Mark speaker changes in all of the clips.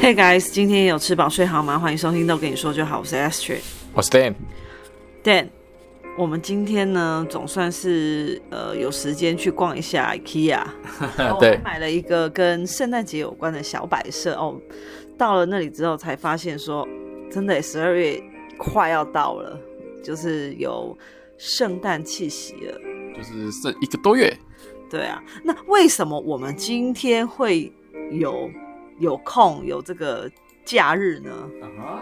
Speaker 1: Hey guys，今天有吃饱睡好吗？欢迎收听《都跟你说就好》，我是 Astrid
Speaker 2: 我是 Dan，
Speaker 1: Dan。我们今天呢，总算是呃有时间去逛一下 IKEA，然后我还
Speaker 2: 对
Speaker 1: 买了一个跟圣诞节有关的小摆设哦。到了那里之后，才发现说，真的十二月快要到了，就是有圣诞气息了。
Speaker 2: 就是剩一个多月，
Speaker 1: 对啊，那为什么我们今天会有有空有这个假日呢？
Speaker 2: Uh-huh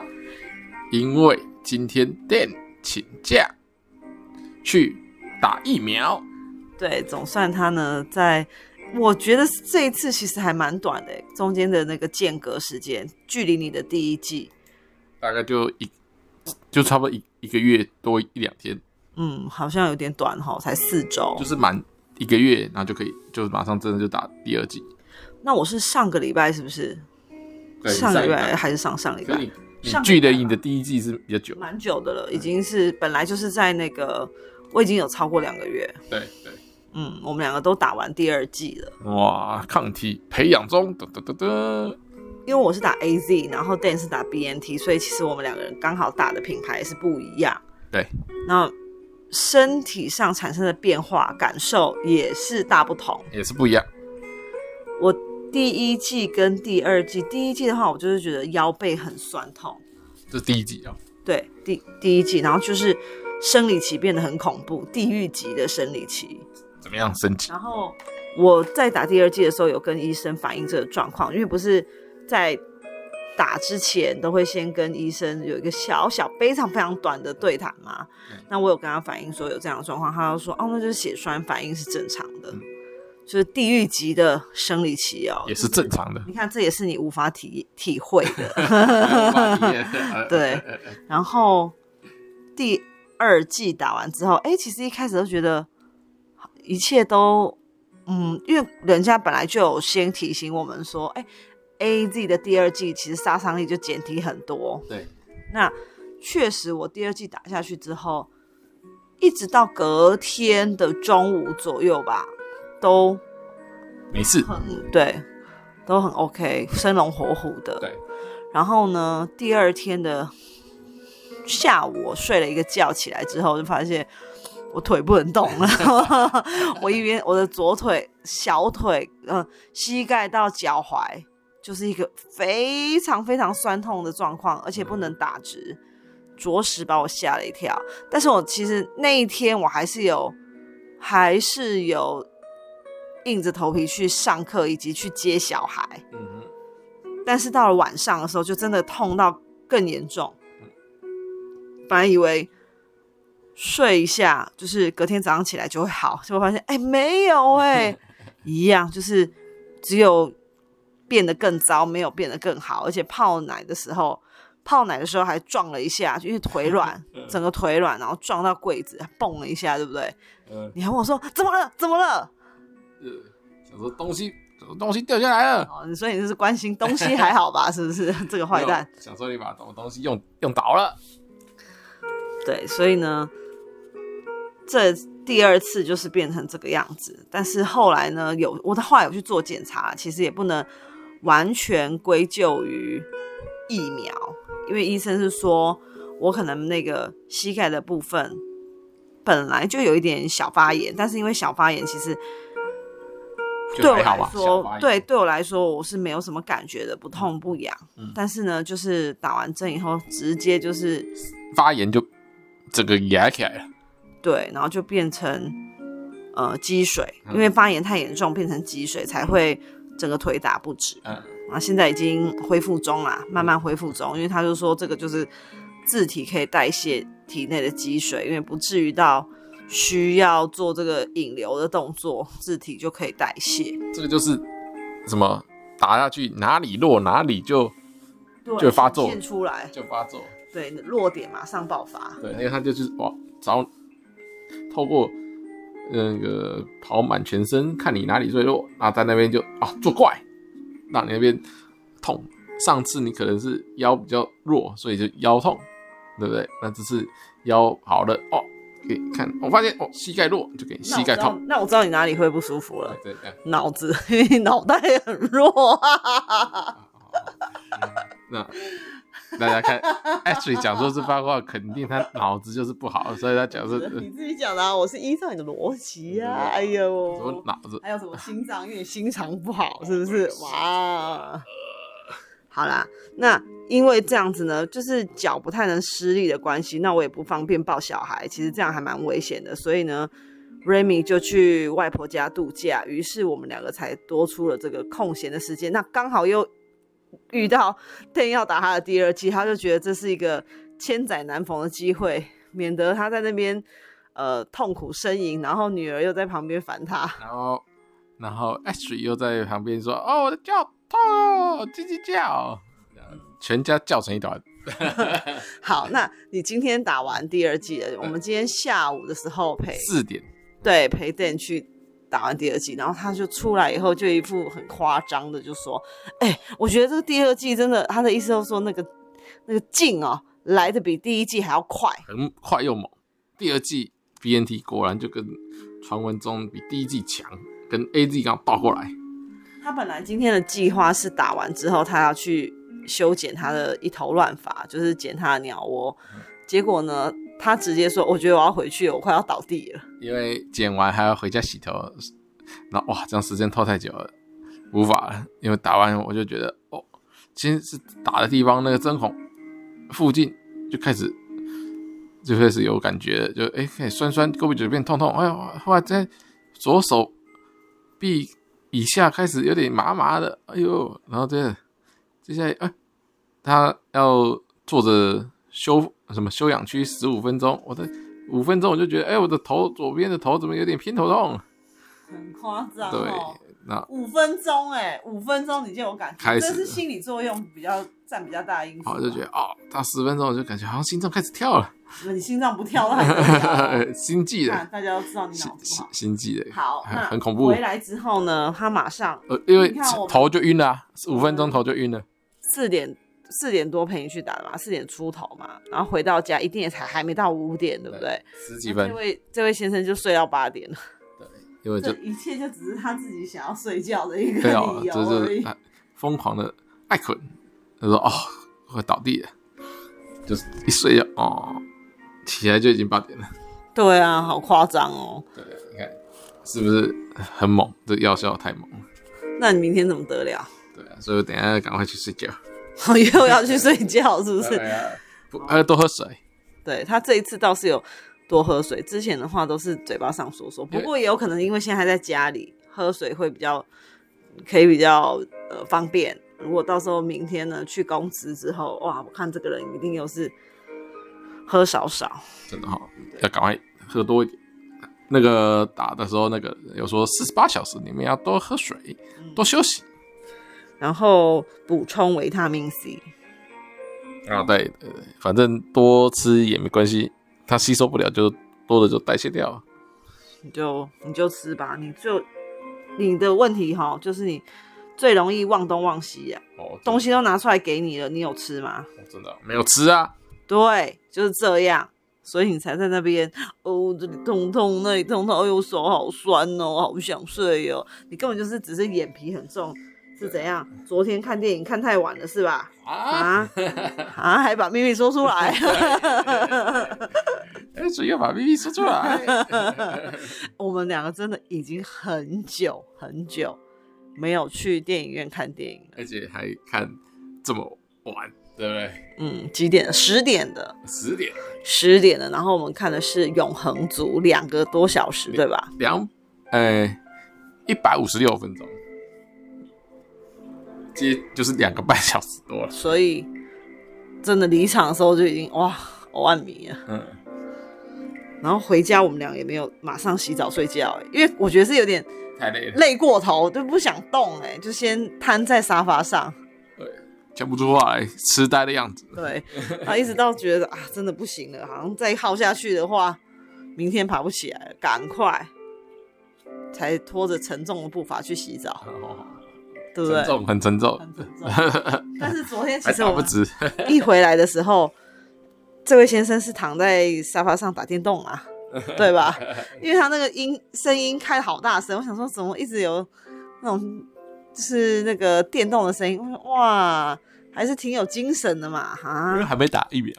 Speaker 2: 因为今天 Dan 请假去打疫苗，
Speaker 1: 对，总算他呢，在我觉得这一次其实还蛮短的，中间的那个间隔时间，距离你的第一季，
Speaker 2: 大概就一就差不多一一个月多一两天，
Speaker 1: 嗯，好像有点短哈，才四周。
Speaker 2: 就是满一个月，然后就可以就马上真的就打第二剂。
Speaker 1: 那我是上个礼拜是不是？
Speaker 2: 对
Speaker 1: 上个礼
Speaker 2: 上个礼
Speaker 1: 拜
Speaker 2: 拜
Speaker 1: 还是上上礼
Speaker 2: 可
Speaker 1: 拜
Speaker 2: 是？你你
Speaker 1: 上个
Speaker 2: 距
Speaker 1: 礼拜
Speaker 2: 离你的第一季是比较久，
Speaker 1: 蛮久的了，已经是本来就是在那个，我已经有超过两个月，
Speaker 2: 对对，
Speaker 1: 嗯，我们两个都打完第二季了。
Speaker 2: 哇，抗体培养中，噔噔噔噔，
Speaker 1: 因为我是打 A Z，然后 Dan 是打 B N T，所以其实我们两个人刚好打的品牌是不一样。
Speaker 2: 对，
Speaker 1: 那身体上产生的变化感受也是大不同。
Speaker 2: 也是不一样，
Speaker 1: 我第一季跟第二季，第一季的话，我就是觉得腰背很酸痛，
Speaker 2: 这是第一季啊、
Speaker 1: 对，第第一季，然后就是生理期变得很恐怖，地狱级的生理期。
Speaker 2: 怎么样升级？
Speaker 1: 然后我在打第二季的时候，有跟医生反映这个状况，因为不是在打之前都会先跟医生有一个小小非常非常短的对谈嘛
Speaker 2: 嗯。
Speaker 1: 那我有跟他反映说有这样的状况，他就说哦，那就是血栓反应是正常的，
Speaker 2: 嗯
Speaker 1: 就是地狱级的生理期哦。，
Speaker 2: 也是正常的
Speaker 1: 你看，这也是你无法体体会的。 对然后第二季打完之后，哎，其实一开始都觉得一切都，嗯，因为人家本来就有先提醒我们说，哎，A Z 的第二季其实杀伤力就减低很多。
Speaker 2: 对，
Speaker 1: 那确实，我第二季打下去之后，一直到隔天的中午左右吧，都
Speaker 2: 没事，
Speaker 1: 很对，都很 OK，生龙活虎的。
Speaker 2: 对。
Speaker 1: 然后呢，第二天的下午，我睡了一个觉，起来之后就发现我腿不能动了。我一边我的左腿、小腿、呃，膝盖到脚踝，就是一个非常非常酸痛的状况，而且不能打直，着实把我吓了一跳。但是我其实那一天我还是有，还是有硬着头皮去上课以及去接小孩。
Speaker 2: 嗯哼。
Speaker 1: 但是到了晚上的时候，就真的痛到更严重。本来以为睡一下，就是隔天早上起来就会好，结果发现哎、没有哎、一样就是只有变得更糟，没有变得更好。而且泡奶的时候，泡奶的时候还撞了一下，因为腿软，
Speaker 2: 嗯
Speaker 1: 整个腿软，然后撞到柜子，蹦了一下，对不对？
Speaker 2: 呃，
Speaker 1: 你还问我说怎么了？怎么了？
Speaker 2: 想说东西，想说东西掉下来了，
Speaker 1: 哦，所以你就是关心东西还好 吧？是不是这个坏蛋？
Speaker 2: 没有，想说你把东东西用用倒了，
Speaker 1: 对，所以呢，这第二次就是变成这个样子。但是后来呢，有我的后来有去做检查，其实也不能完全归咎于疫苗，因为医生是说我可能那个膝盖的部分本来就有一点小发炎，但是因为小发炎其实对
Speaker 2: 就
Speaker 1: 我
Speaker 2: 还好
Speaker 1: 来
Speaker 2: 吧，小
Speaker 1: 说
Speaker 2: 发，炎
Speaker 1: 对，对我来说我是没有什么感觉的，不痛不痒。
Speaker 2: 嗯
Speaker 1: 但是呢，就是打完针以后，直接就是
Speaker 2: 发炎就整个压起来了，
Speaker 1: 对，然后就变成呃积水，
Speaker 2: 嗯
Speaker 1: 因为发炎太严重，变成积水才会整个腿打不直。
Speaker 2: 嗯，
Speaker 1: 然后现在已经恢复中啦，慢慢恢复中，因为他就说这个就是自体可以代谢体内的积水，因为不至于到需要做这个引流的动作，自体就可以代谢。
Speaker 2: 这个就是什么打下去哪里落哪里就
Speaker 1: 对
Speaker 2: 就发作
Speaker 1: 现出来，
Speaker 2: 就发作，
Speaker 1: 对，弱点马上爆发。
Speaker 2: 对，因为他就是哇，然后透过呃那个跑满全身，看你哪里最弱，然后在那边就啊作怪，让你那边痛。上次你可能是腰比较弱，所以就腰痛，对不对？那这次腰好了哦，给你看，我发现哦膝盖弱，就给你膝盖痛，
Speaker 1: 那我知道，那我知道你哪里会不舒服了，
Speaker 2: 对，这样
Speaker 1: 啊脑子，因为你脑袋很弱、哈哈哈哈。
Speaker 2: 好好好那大家看，Ashley 讲说这番话，肯定他脑子就是不好，所以他 讲是呃
Speaker 1: 你自己讲的啊，我是依照你的逻辑啊。哎
Speaker 2: 什么
Speaker 1: 呦，
Speaker 2: 脑子
Speaker 1: 还有什么心脏？因为你心肠不 好，是哦不是？哇，好啦，那因为这样子呢，就是脚不太能施力的关系，那我也不方便抱小孩，其实这样还蛮危险的，所以呢。Remy 就去外婆家度假，于是我们两个才多出了这个空闲的时间。那刚好又遇到 天要打他的第二季，他就觉得这是一个千载难逢的机会，免得他在那边呃痛苦呻吟，然后女儿又在旁边烦他。
Speaker 2: 然后，然后 Ashley 又在旁边说：“哦，我的叫痛哦，叽叽叫。”全家叫成一团。
Speaker 1: 好，那你今天打完第二季了，我们今天下午的时候陪
Speaker 2: 四点，
Speaker 1: 对陪 Dan 去打完第二季，然后他就出来以后就一副很夸张的就说：“哎、我觉得这个第二季真的，他的意思就是说那个那个劲哦，来的比第一季还要快。”
Speaker 2: 很快又猛。第二季 BNT 果然就跟传闻中比第一季强，跟 AZ 刚好倒过来。
Speaker 1: 他本来今天的计划是打完之后，他要去修剪他的一头乱发，就是剪他的鸟窝。结果呢，他直接说：“我觉得我要回去了，我快要倒地了。
Speaker 2: 因为剪完还要回家洗头，然后哇，这样时间拖太久了，无法了。因为打完我就觉得哦，先是打的地方那个针孔附近就开始就开始有感觉了，就哎开始酸酸，胳膊肘变痛痛，哎呦，后来在左手臂以下开始有点麻麻的，哎呦，然后这接下来哎，他要坐着休什么休养区十五分钟，我的五分钟我就觉得，哎、我的头左边的头怎么有点偏头痛？”
Speaker 1: 很夸张
Speaker 2: 对，那
Speaker 1: 五分钟哎、五分钟你就有感
Speaker 2: 开始了
Speaker 1: 理作用比较占比较大的因啊
Speaker 2: 好就觉
Speaker 1: 得
Speaker 2: 得哦，到十分钟我就感觉好像心脏开始跳了，
Speaker 1: 你心脏不跳，那还得了
Speaker 2: 心悸
Speaker 1: 看
Speaker 2: 了，
Speaker 1: 啊大家都知道你
Speaker 2: 心心。心悸了，
Speaker 1: 好
Speaker 2: 很
Speaker 1: 那
Speaker 2: 很恐怖。
Speaker 1: 来之后呢，他马上
Speaker 2: 呃，因为
Speaker 1: 你看我们嗯
Speaker 2: 头就晕了啊，五分钟头就晕了。
Speaker 1: 四点四点多陪你去打的嘛，四点出头嘛，然后回到家一定也才还没到五点，对不对？
Speaker 2: 十几
Speaker 1: 那
Speaker 2: 分
Speaker 1: 这，位这位先生就睡到八点了，
Speaker 2: 因为就
Speaker 1: 一切就只是他自己想要睡觉的一
Speaker 2: 对哦，
Speaker 1: 哎
Speaker 2: 就是他疯狂的爱困，他说哦，我倒地了，就是一睡觉哦，起来就已经八点了。
Speaker 1: 对啊，好夸张哦！
Speaker 2: 对，你看是不是很猛？这药效太猛了。
Speaker 1: 那你明天怎么得了？
Speaker 2: 对啊，所以我等一下赶快去睡觉。
Speaker 1: 又要去睡觉是不 是？
Speaker 2: 对啊，不，还要多喝水。
Speaker 1: 对他这一次倒是有多喝水，之前的话都是嘴巴上说说，不过也有可能因为现在还在家里，喝水会比较可以比较呃方便。如果到时候明天呢去公司之后，哇，我看这个人一定又是喝少少，
Speaker 2: 真的哈、要赶快喝多一点。那个打的时候，那个有说四十八小时你们要多喝水，
Speaker 1: 嗯
Speaker 2: 多休息
Speaker 1: 然后补充维他命 C。
Speaker 2: 啊。对对对，反正多吃也没关系，它吸收不了就多的就代谢掉。
Speaker 1: 你就你就吃吧，你就你的问题哈，就是你最容易忘东忘西呀、
Speaker 2: 哦，
Speaker 1: 东西都拿出来给你了，你有吃吗？
Speaker 2: 真的没有吃啊，
Speaker 1: 对，就是这样，所以你才在那边哦，这里痛痛，那里痛痛，哎呦，手好酸哦，好想睡哦，你根本就是只是眼皮很重，是怎样？昨天看电影看太晚了是吧？
Speaker 2: 啊，
Speaker 1: 啊啊，还把秘密说出来。
Speaker 2: 哎，所以要把秘密说出来。
Speaker 1: 我们两个真的已经很久很久没有去电影院看电影了。
Speaker 2: 而且还看这么晚，对不对？
Speaker 1: 嗯，几点？十点的，
Speaker 2: 十点
Speaker 1: 十点的。然后我们看的是《永恒族》，两个多小时，对吧？
Speaker 2: 两，呃，一百五十六分钟，接就是两个半小时多了。
Speaker 1: 所以真的离场的时候就已经哇，欧万米了。
Speaker 2: 嗯，
Speaker 1: 然后回家我们两个也没有马上洗澡睡觉、欸因为我觉得是有点
Speaker 2: 太累了，
Speaker 1: 累过头，就不想动、欸，就先瘫在沙发上。
Speaker 2: 讲不出话来，痴呆的样子。
Speaker 1: 对，然后一直到觉得啊，真的不行了，好像再耗下去的话，明天爬不起来了，赶快，才拖着沉重的步伐去洗澡，
Speaker 2: 哦，
Speaker 1: 对不对
Speaker 2: 沉？重，很沉重，
Speaker 1: 很沉重。但是昨天其
Speaker 2: 还
Speaker 1: 实
Speaker 2: 打
Speaker 1: 我
Speaker 2: 不
Speaker 1: 们
Speaker 2: 直。
Speaker 1: 一回来的时候，这位先生是躺在沙发上打电动嘛，对吧？因为他那个音声音开得好大声，我想说怎么一直有那种就是那个电动的声音，我说哇，还是挺有精神的嘛，
Speaker 2: 因为
Speaker 1: 哈，
Speaker 2: 还没打疫苗，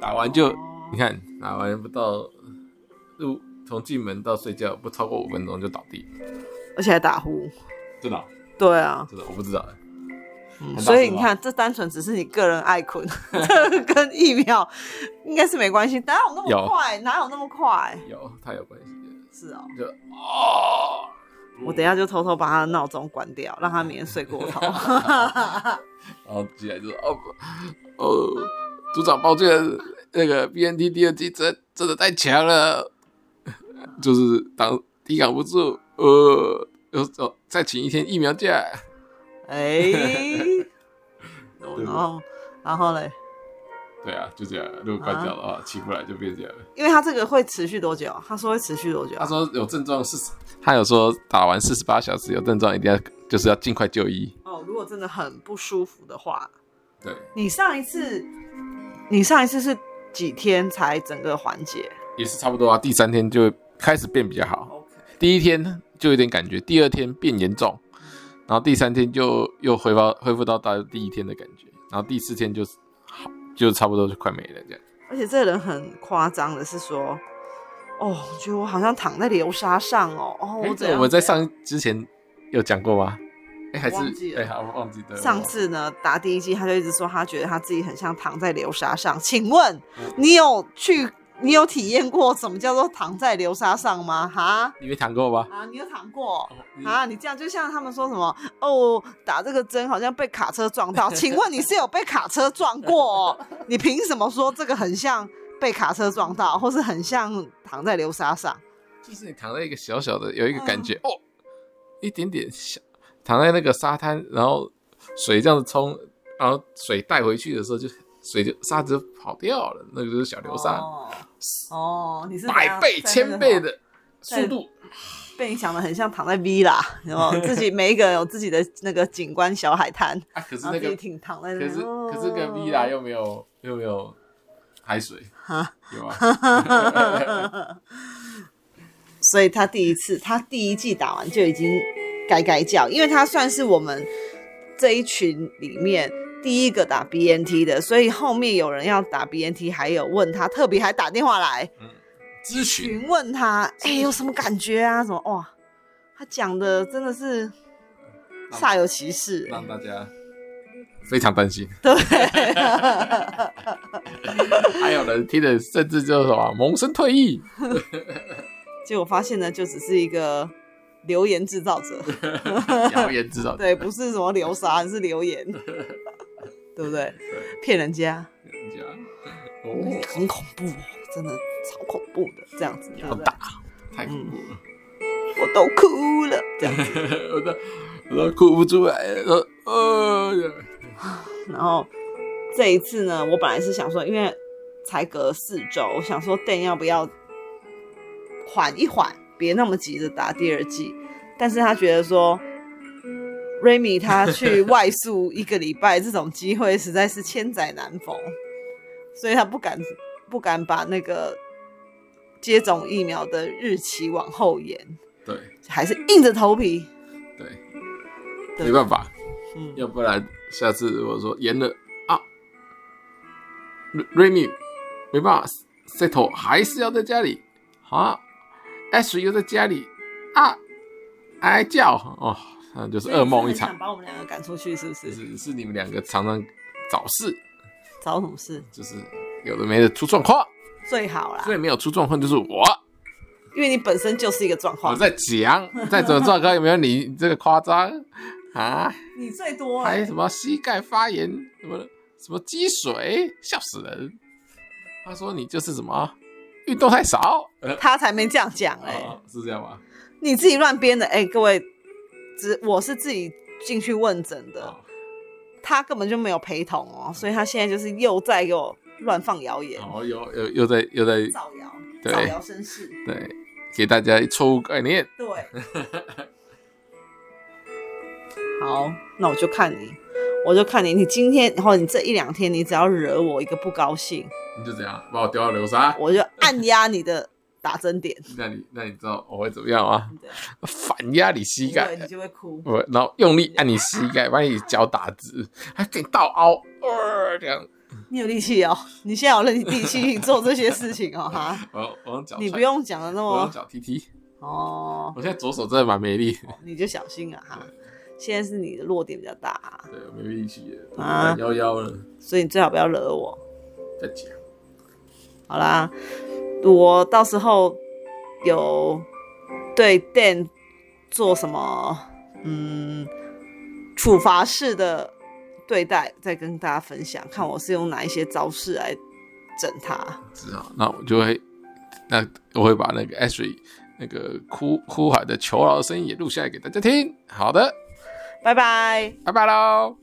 Speaker 2: 打完就你看打完不到入从进门到睡觉不超过五分钟就倒地，
Speaker 1: 而且还打呼，
Speaker 2: 真的哦
Speaker 1: 对啊，
Speaker 2: 真的我不知道哎，很大
Speaker 1: 所以
Speaker 2: 声
Speaker 1: 你
Speaker 2: 吗
Speaker 1: 看，这单纯只是你个人爱困， 这个跟疫苗应该是没关系。哪有那
Speaker 2: 有
Speaker 1: 么快？哪有那么快？
Speaker 2: 有太有关系了，
Speaker 1: 是哦，
Speaker 2: 就哦，
Speaker 1: 我等一下就偷偷把他的闹钟关掉，让他明天睡过 头。
Speaker 2: 然后起来就说哦不哦，组长抱歉，那个 BNT 第二季真真的太强了， 就是挡抵挡不住，呃，有哦再请一天疫苗假，
Speaker 1: 哎，
Speaker 2: 对
Speaker 1: 然后然后嘞，
Speaker 2: 对啊，就这样，如果关掉的话，起不来就变这样了。
Speaker 1: 因为他这个会持续多久？他说会持续多久
Speaker 2: 他？说有症状是，他有说打完四十八小时有症状一定要就是要尽快就医。
Speaker 1: 哦，如果真的很不舒服的话，
Speaker 2: 对，
Speaker 1: 你上一次你上一次是几天才整个缓解
Speaker 2: 也是差不多啊。第三天就开始变比较好，
Speaker 1: ？OK，
Speaker 2: 第一天就有点感觉，第二天变严重，然后第三天就又恢复恢复到大家第一天的感觉，然后第四天就是好，就差不多就快没了这样。
Speaker 1: 而且这个人很夸张的是说，哦，我觉得我好像躺在流沙上哦，哦，我
Speaker 2: 诶
Speaker 1: 怎
Speaker 2: 这
Speaker 1: 样
Speaker 2: 哎我们在
Speaker 1: 怎样
Speaker 2: 上之前有讲过吗？哎、还是
Speaker 1: 忘记了
Speaker 2: 哎、好我忘记了。
Speaker 1: 上次呢打第一季，他就一直说他觉得他自己很像躺在流沙上。请问你有去你有体验过什么叫做躺在流沙上吗？哈
Speaker 2: 你没谈过吧？
Speaker 1: 啊，你有躺过？
Speaker 2: 你
Speaker 1: 啊，你这样就像他们说什么哦，打这个针好像被卡车撞到。请问你是有被卡车撞过、哦？你凭什么说这个很像被卡车撞到，或是很像躺在流沙上？
Speaker 2: 就是你躺在一个小小的，有一个感
Speaker 1: 嗯
Speaker 2: 觉、哦，一点点小，躺在那个沙滩，然后水这样子冲，然后水带回去的时候就水就沙子就跑掉了，那个就是小流沙，
Speaker 1: 哦哦，你是怎
Speaker 2: 百
Speaker 1: 样
Speaker 2: 倍、
Speaker 1: 在那
Speaker 2: 千
Speaker 1: 个
Speaker 2: 倍
Speaker 1: 什么
Speaker 2: 的速度，
Speaker 1: 被你想的很像躺在 V 啦，然后自己每一个有自己的那个景观小海 滩，
Speaker 2: 啊，可是
Speaker 1: 然后
Speaker 2: 那
Speaker 1: 自己
Speaker 2: 个
Speaker 1: 挺躺在那
Speaker 2: 可
Speaker 1: 边。
Speaker 2: 是
Speaker 1: 哦
Speaker 2: 可是跟 V 啦又没有又没有海水，有啊，
Speaker 1: 所以他第一次，他第一季打完就已经改改叫，因为他算是我们这一群里面第一个打 BNT 的，所以后面有人要打 BNT，还有问他，特别还打电话来
Speaker 2: 咨 询
Speaker 1: 询问他，哎、有什么感觉啊？什么哇？他讲的真的是煞有其事、欸
Speaker 2: 让大家非常担心，
Speaker 1: 对，
Speaker 2: 还有人听了甚至就是什么萌生退 役，
Speaker 1: 结果发现呢，就只是一个留言制造者，
Speaker 2: 谣言制造者，
Speaker 1: 对，不是什么流沙，是留 言，对不对？骗人家，
Speaker 2: 人家哦。
Speaker 1: 很恐怖哦，真的超恐怖的，这样子，对
Speaker 2: 要
Speaker 1: 不对？
Speaker 2: 打，
Speaker 1: 嗯
Speaker 2: 太恐怖了，
Speaker 1: 我都哭了，这样子。
Speaker 2: 我都我都哭不出来了，说呃，
Speaker 1: 然后这一次呢，我本来是想说，因为才隔四周，我想说店要不要缓一缓，别那么急着打第二季。但是他觉得说，Remy 他 去外宿一个礼拜，这种机会实在是千载难逢，所以他不敢不敢把那个接种疫苗的日期往后延，
Speaker 2: 对
Speaker 1: 还是硬着头皮。
Speaker 2: 对，
Speaker 1: 对
Speaker 2: 没办法，
Speaker 1: 嗯，
Speaker 2: 要不然下次如果说严了啊，瑞米没办法 settle，还是要在家里啊，Ash 又在家里啊，哀叫哦，那就是噩梦
Speaker 1: 所以
Speaker 2: 一
Speaker 1: 你是很想
Speaker 2: 场，
Speaker 1: 把我们两个赶出去，是不是？
Speaker 2: 是是你们两个常常找事，
Speaker 1: 找什么事？
Speaker 2: 就是有的没的出状况，
Speaker 1: 最好啦，
Speaker 2: 最没有出状况就是我。
Speaker 1: 因为你本身就是一个状
Speaker 2: 我
Speaker 1: 况，
Speaker 2: 在讲，再怎么状况有没有你你这个夸张啊？
Speaker 1: 你最多、
Speaker 2: 还
Speaker 1: 欸。
Speaker 2: 什么膝盖发炎，什么什么积水，笑死人！他说你就是什么运动太少，呃，
Speaker 1: 他才没这样讲哎、
Speaker 2: 哦是这样吗？
Speaker 1: 你自己乱编的哎、各位，只我是自己进去问诊的，
Speaker 2: 哦
Speaker 1: 他根本就没有陪同哦，所以他现在就是又在给我乱放谣言，
Speaker 2: 哦，又又又在又在
Speaker 1: 造谣，
Speaker 2: 对
Speaker 1: 造谣生事，
Speaker 2: 对给大家错误概 念，
Speaker 1: 对。好，那我就看你，我就看你，你今天，然后你这一两天，你只要惹我一个不高兴，
Speaker 2: 你就这样把我丢到流沙，
Speaker 1: 我就按压你的打针点，
Speaker 2: 那你那你知道我会怎么样吗？
Speaker 1: 对，
Speaker 2: 反压你膝
Speaker 1: 对，你
Speaker 2: 盖，
Speaker 1: 就会哭。
Speaker 2: 我然后用力按你膝盖，把你脚打直，还给你倒凹，呃、这样，
Speaker 1: 你有力气哦，你现在有力气做这些事情哦，哈，
Speaker 2: 我我用脚踹，
Speaker 1: 你不用讲的那
Speaker 2: 我用
Speaker 1: 么
Speaker 2: 脚踢踢，
Speaker 1: 哦，
Speaker 2: 我现在左手真的蛮没力的，
Speaker 1: 你就小心啊，哈。现在是你的弱点比较大、啊，
Speaker 2: 对，我没力气了，
Speaker 1: 啊
Speaker 2: 弯腰腰了，
Speaker 1: 所以你最好不要惹我。
Speaker 2: 再讲，
Speaker 1: 好啦，我到时候有对 Dan 做什么，嗯，处罚式的对待，再跟大家分享，看我是用哪一些招式来整他。
Speaker 2: 只好那我就会，那我会把那个 Ashley 那个哭哭喊的求饶的声音也录下来给大家听。好的，
Speaker 1: 拜拜。
Speaker 2: 拜拜喽。